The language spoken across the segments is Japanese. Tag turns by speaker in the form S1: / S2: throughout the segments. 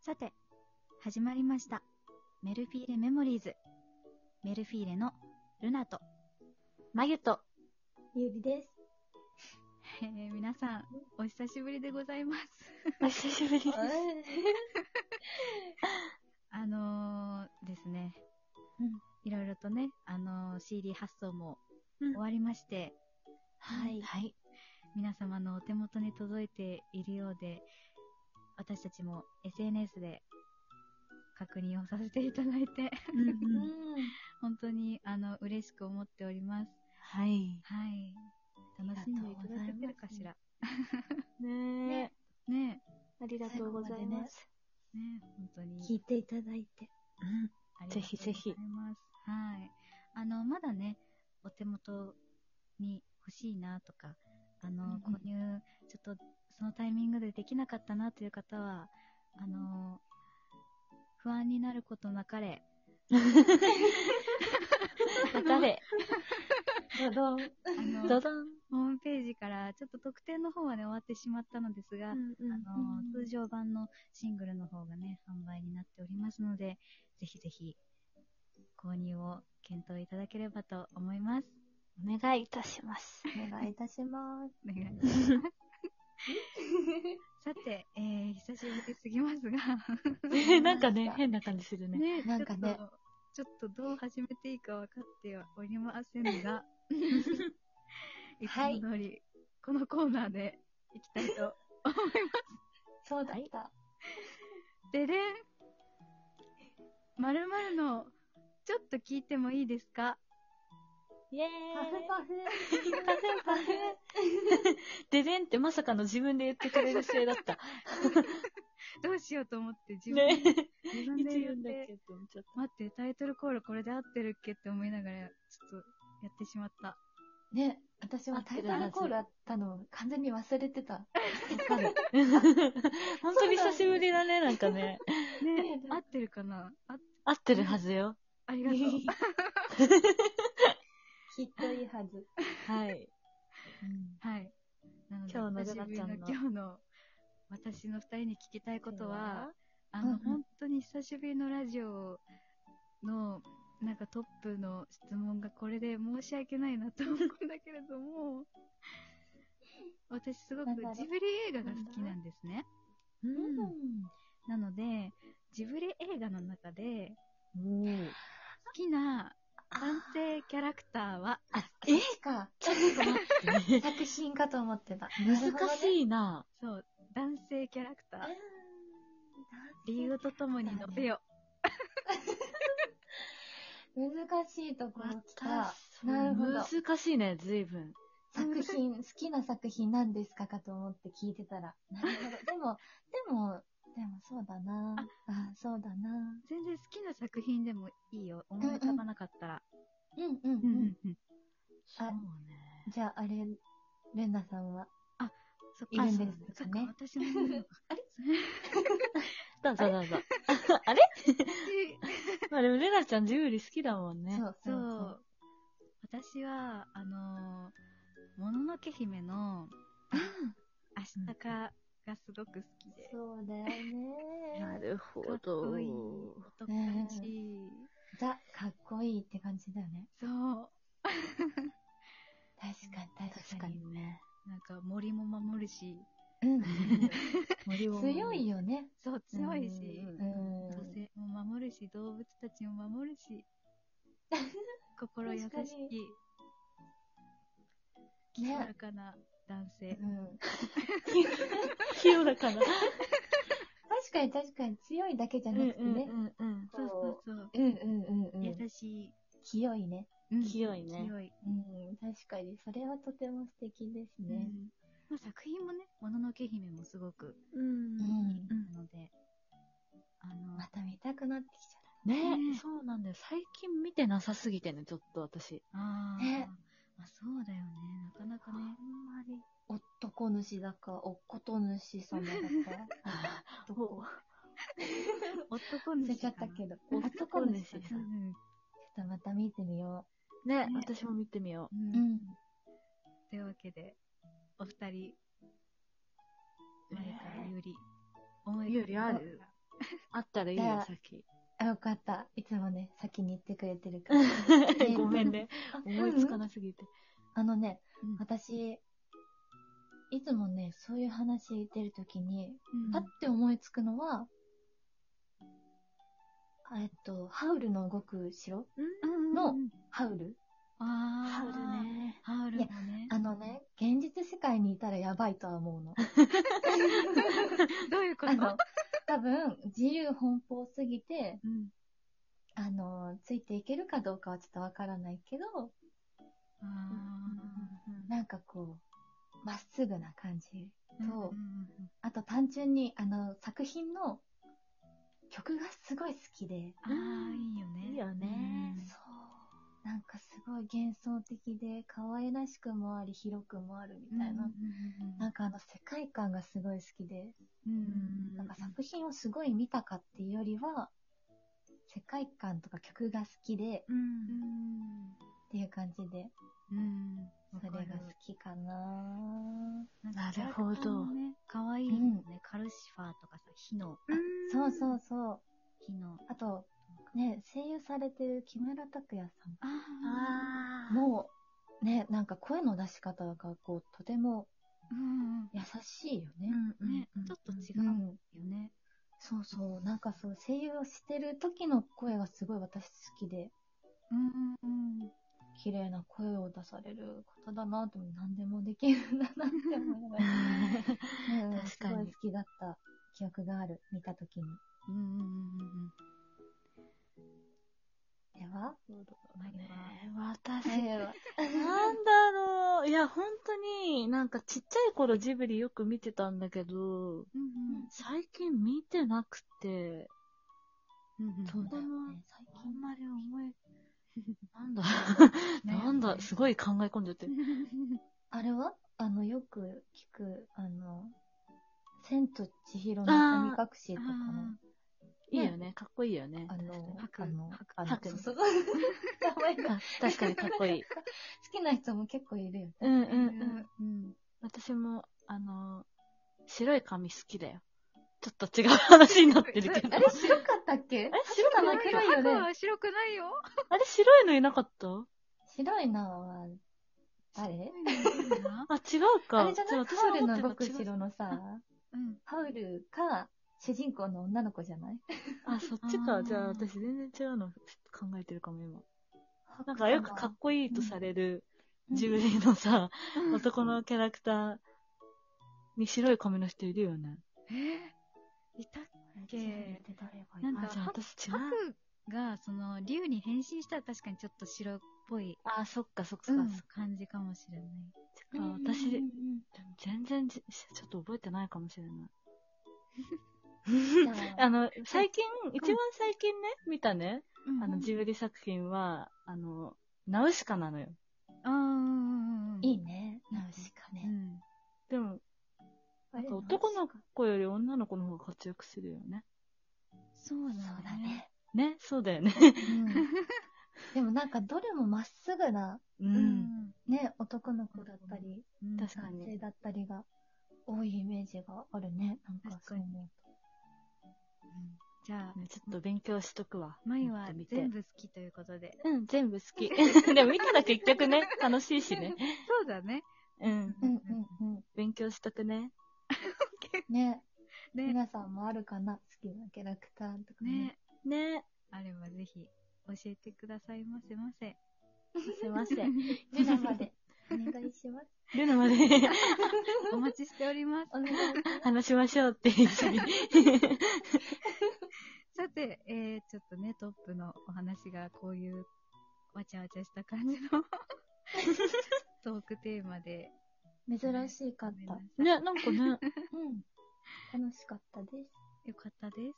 S1: さて、始まりました。メルフィーレメモリーズ。メルフィーレのルナと、マユと、
S2: ゆりです。
S1: えー皆さん、お久しぶりでございます。
S3: お久しぶりです。
S1: あのー、ですね、
S3: うん
S1: いろいろとね、あのー CD 発送も
S3: うん
S1: 終わりまして、
S2: はい。
S3: はい。
S1: 皆様のお手元に届いているようで、私たちも SNS で確認をさせていただいて、 本当にあの嬉しく思っております。
S3: はい。
S1: はい。楽しんでいただけてるかしら。
S2: うん。
S3: ね
S2: ね、
S1: ね
S2: ありがとうございます。
S1: え、ねえ、本当に。
S2: 聞いていただいて。
S3: うん。
S1: ありがとうございます
S3: ぜひぜひ
S1: はい。あの、まだね、お手元に欲しいなとか、あの、
S3: うんうん
S1: 購入、ちょっとそのタイミングでできなかったなという方は、あの、不安になることなかれ、
S3: なかれ。
S2: どどん。
S1: あ の、
S3: ドドン。
S1: ホームページからちょっと特典の方はね、終わってしまったのですが、あの、通常版のシングルの方がね、販売になっておりますので、ぜひぜひ、購入を検討いただければと思います。
S3: お願いいたします。
S2: お願いいたします。
S1: お願いし ます。さて、えー、久しぶりすぎますが、
S3: なんかね、変な感じするね。
S1: ね
S2: なんか
S1: ち
S2: ね
S1: ょっと、ちょっとどう始めていいか分かってはおりません が、いつ
S2: はい
S1: も通り、このコーナーでいきたいと。
S2: そうだった。
S1: でれんまるまるの、ちょっと聞いてもいいですか
S3: イェーイ
S2: パフパフ。
S3: パフパフ。ででんってまさかの自分で言ってくれるせいだった。
S1: どうしようと思って自分で、
S3: ね。
S1: 自分
S3: いつ
S1: で言
S3: 言
S1: っ
S3: うんだってけって思っちゃっ
S1: 待って、タイトルコールこれで合ってるっけって思いながら、ちょっとやってしま った。
S2: ね、私もタイトルコールあったの、完全に忘れてた。
S3: た。わかる。 本当に久しぶりだね、なんかね。
S1: ね
S2: ね
S1: 合ってるかなあ、
S3: 合ってるはずよ。
S1: あ りがとう。
S2: きっといいはず。
S3: はい。
S1: はい。なので、
S3: 今日の
S1: 久しぶりの
S3: ルナちゃん
S1: 今
S3: の
S1: 日の、私の二人に聞きたいことは、あ
S2: うん
S1: の、
S2: うん
S1: 本当に久しぶりのラジオの、なんかトップの質問がこれで申し訳ないなと思うんだけれども、私すごく
S2: なんだろう
S1: ジブリ映画が好きなんですね。
S3: う。
S2: うん
S1: なので、ジブリ映画の中で、
S3: おー
S1: 好きな男性キャラクターは、
S2: えか。
S3: ちょっと待って。
S2: 作品かと思ってた。
S3: 難し
S2: い。
S3: いな。
S1: そう、男性キャラクター
S2: うん、
S1: 理由とともに述べよ。
S2: 難しいところ来た。
S3: 私
S2: なるほど
S3: 難しいね、ずいぶん。
S2: 作品、好きな作品なんですかかと思って聞いてたら。なるほど。でも、でも、でもそうだなあ、そうだな
S1: 全然好きな作品でもいいよ。思い浮かばなかったら。
S2: うんうん
S1: うん
S2: うん。
S1: うんうん
S3: そうね。
S2: じゃあ、あれ、レンナさんは。
S1: そっ
S2: いるんで
S1: そ
S2: す
S1: うそっ
S2: よね
S1: か、私もいるのか。
S3: どうぞどうぞ。あれ まあでも、レナちゃんジブリ好きだもんね。
S2: そう
S1: そ。う。私は、あのー、もののけ姫の、明日かがすごく好きで。
S2: そうだよね。
S3: る
S1: か
S3: ほ
S1: っこいい。男らしい。
S2: ザ、かっこいいって感じだよね。
S1: そう。
S2: 確かに、確
S3: 確
S2: か
S3: か
S2: に。
S3: にね。
S1: なんか森も守るし、
S3: 森
S2: う
S3: を
S2: ん。強いよね。
S1: そう強いし、
S3: う
S2: うん。
S1: 女性も守るし、動物たちも守る し、心優し
S2: 確かに
S1: き、
S2: ね
S1: 清らかな男性。
S2: うん。
S3: 清らか な。
S2: 確かに、確かに、強いだけじゃ
S3: う
S2: なくてね。
S3: んうん。
S1: そうそうそう。
S2: うんうんうんうん。
S1: 優しい。
S2: 清いね。
S1: うん
S3: 清いね
S1: 清い。
S2: うん、確かに。それはとても素敵です
S1: う
S2: ね。
S1: んまあ、作品もね、もののけ姫もすごく
S3: うん
S2: う。ん
S1: いいので、あの、
S2: また見たくなってきちゃっ
S3: ね
S1: ね
S3: そうなんだよ。最近見てなさすぎてね、ちょっと私。
S1: あー
S2: ね
S1: まあ、そうだよね、なかな
S2: た。
S1: かね。
S2: まり。男主だか、おっこと主様だか。 どこ
S1: 男
S2: 忘
S1: の
S2: れ
S1: 子
S2: ちゃったけど。
S3: 男
S2: 男
S3: 主
S2: 主
S3: さ
S2: さ
S3: ん
S2: ん。ち
S1: う
S2: ょっ
S1: ん
S2: とまた見てみよ
S3: ね
S1: ね
S3: 私も見てみよ
S1: うん
S2: う。うん。
S1: というわけで、お二人、
S3: えー
S1: 前からゆり、思
S3: う。よりあるあったらいい
S2: じゃ
S3: よ
S2: あ、
S3: 先。
S2: あ、よかった。いつもね、先に言ってくれて るから。え
S3: ごめんね。
S2: あ
S3: 思いつか
S2: ううん
S3: なすぎて。
S2: あのね、
S1: うん
S2: 私、いつもね、そういう話出るときに、
S1: うん
S2: パッて思いつくのは、あえっと、ハウルの動く城のハウル
S1: あ
S3: ハウル
S1: ね。
S3: ね。
S1: ハウルもね。
S2: あのね、現実世界にいたらやばいとは思うの。
S1: どういうこと
S2: あ の、多分、自由奔放すぎて、
S1: うん
S2: あの、ついていけるかどうかはちょっとわからないけど、
S1: あー
S2: なんかこう、まっすぐな感じ。
S1: うん
S2: そうん
S1: んん
S2: あと単純に、あの、作品の曲がすごい好きで、
S1: ああ、いいよね。
S3: いいよね
S1: うん
S2: そう、なんかすごい幻想的で、可愛らしくもあり、広くもあるみたいな。
S1: うん
S2: なんかあの世界観がすごい好きで、
S1: うんうんうん
S2: なんか作品をすごい見たかっていうよりは、世界観とか曲が好きで、
S1: うん
S2: っていう感じで、
S1: うんわ
S2: それ
S1: か
S2: が
S1: る
S2: 好きかな
S1: なんか
S3: なるほど
S1: キャラクターもね可愛いよね。カルシファーとかさ、火の。
S2: そうそうそう。
S1: 火の。
S2: あと、ね、声優されてる木村拓哉さん
S1: あ
S3: あー。
S2: もう、ね、なんか声の出し方がこう、とても
S1: あ。うん
S2: 優しいよね。
S1: うん。ね、
S3: うんうん
S1: ちょっと違
S2: う。
S1: うんよね。
S2: そうそう。なんかそう、声優をしてる時の声がすごい私好きで、
S1: うんうんうん。
S2: 綺麗な声を出される方だなと思って、何でもできるんだなって思いなが らうん
S3: 確かに
S2: すごい好きだった記憶がある、見た時に。
S1: うんうんうんうんうん。
S2: では、
S3: ね私、
S2: えー
S3: なんだろう。いや、本当に、なんかちっちゃい頃ジブリよく見てたんだけど、
S1: うん
S3: 最近見てなくて、
S1: うんうんうん
S2: そうだよね、最
S3: あん
S2: 近。
S3: まり思い、なん だ、
S1: ね
S3: なんだ、すごい考え込んじゃってる。
S2: あれはあの、よく聞く、あの、千と千尋の神隠しとかの。
S3: いいよね、かっこいいよね
S2: あ。の、
S1: 白
S2: あの、あの、
S3: 白
S2: そう そうそう名前が好
S3: あ確かにかっこいい。
S2: きな人も結構いるよね。
S3: うんうん
S1: うん
S3: うん。私も、あの、白い髪好きだよ。ちょっと違う話になってるけど。
S2: あれ白かったっけ
S3: え白くない
S2: 白黒いよ
S1: 白
S2: ね。
S1: は白くないよ。
S3: あれ白いのいなかった
S2: 白いなは、
S3: あ、
S2: 誰
S3: 違うか。
S2: あれじゃない
S3: ち
S2: ハウル
S3: ょ
S2: の
S3: っと私が思
S2: 動
S3: って
S2: く
S3: るの違う
S2: 城のさ、
S1: うん。
S2: ハウルか、主人公の女の子じゃない
S3: あ、そっち
S1: あ
S3: か。
S1: ー
S3: じゃあ私全然違うの考えてるかも今。なんかよくかっこいいとされる
S2: うん
S3: ジブリのさ、
S1: うん
S3: 男のキャラクターに白い髪の人いるよね。
S1: えーいたっけなんか
S3: あ、じゃあ私違う
S1: 白。が、その、竜に変身したら確かにちょっと白っぽい
S3: あ、そっかそっかそっか。
S1: 感じかもしれない。
S3: あ私、
S2: うんうん
S3: 全然じちょっと覚えてないかもしれない。
S2: うんじゃあ
S3: あの、最近、一番最近ね、見たね、あの、ジ
S1: 分、
S3: ブリ作品は、あの、ナウシカなのよ。
S1: あーうんうんうん。
S2: い
S1: い。
S2: いね。ナウシカ
S1: う
S2: ね。
S1: ん。
S3: でも、なんか男の子より女の子の方が活躍するよね。
S1: そうだ
S2: そうだね。
S3: ね、そうだよね。
S2: うんでもなんかどれもまっすぐな、
S3: う。
S1: うんん。
S2: ね、男の子だったり、
S1: うん
S3: 確か
S2: 男
S3: に。
S2: 性だったりが多いイメージがあるね。なんかそう思
S1: じゃあ、
S3: ねちょっと勉強しとくわ。
S1: まゆは
S3: 見て
S1: 全
S3: みて。
S1: 部好きということで。
S3: うん、 全部好き。でも見たら結局ね、楽しいしね。
S1: そうだね。
S3: うん。
S2: う。うんうんうん。
S3: 勉強しとくね。
S2: ね、
S1: ね。
S2: 皆さんもあるかな好きなキャラクターとかね。
S1: ね。
S3: ね。
S1: あればぜひ、教えてくださいませませ。
S3: すいません。
S2: ルナま でお願いします。
S3: ルナま で
S1: お待ち しております。
S2: お願いし
S3: 話しましょうって一緒 に。
S1: さて、えー、ちょっとね、トップのお話がこういうわちゃわちゃした感じの トークテーマで。
S2: ます。珍しかっ
S1: ご
S2: た。
S1: めんなさい
S3: ね、なんかね。
S2: うん。楽しかったです。
S1: よかったで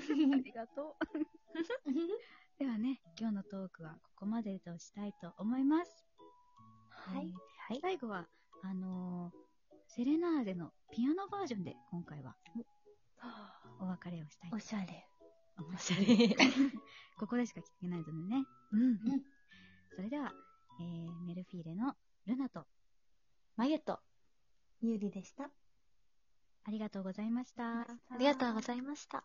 S1: す。 ありがとう。 ではね、今日のトークはここまでとしたいと思います。
S2: はい。
S1: えー最後は、あのーセレナーデのピアノバージョンで今回はお別れをしたいと
S2: おしゃれ。
S3: おしゃれ。
S1: ここでしか聞けないのでね。うん。それでは、えー、メルフィーレのルナと
S3: マユと、
S2: ゆりでした。
S1: ありがとうございました。
S3: ありがとうございました。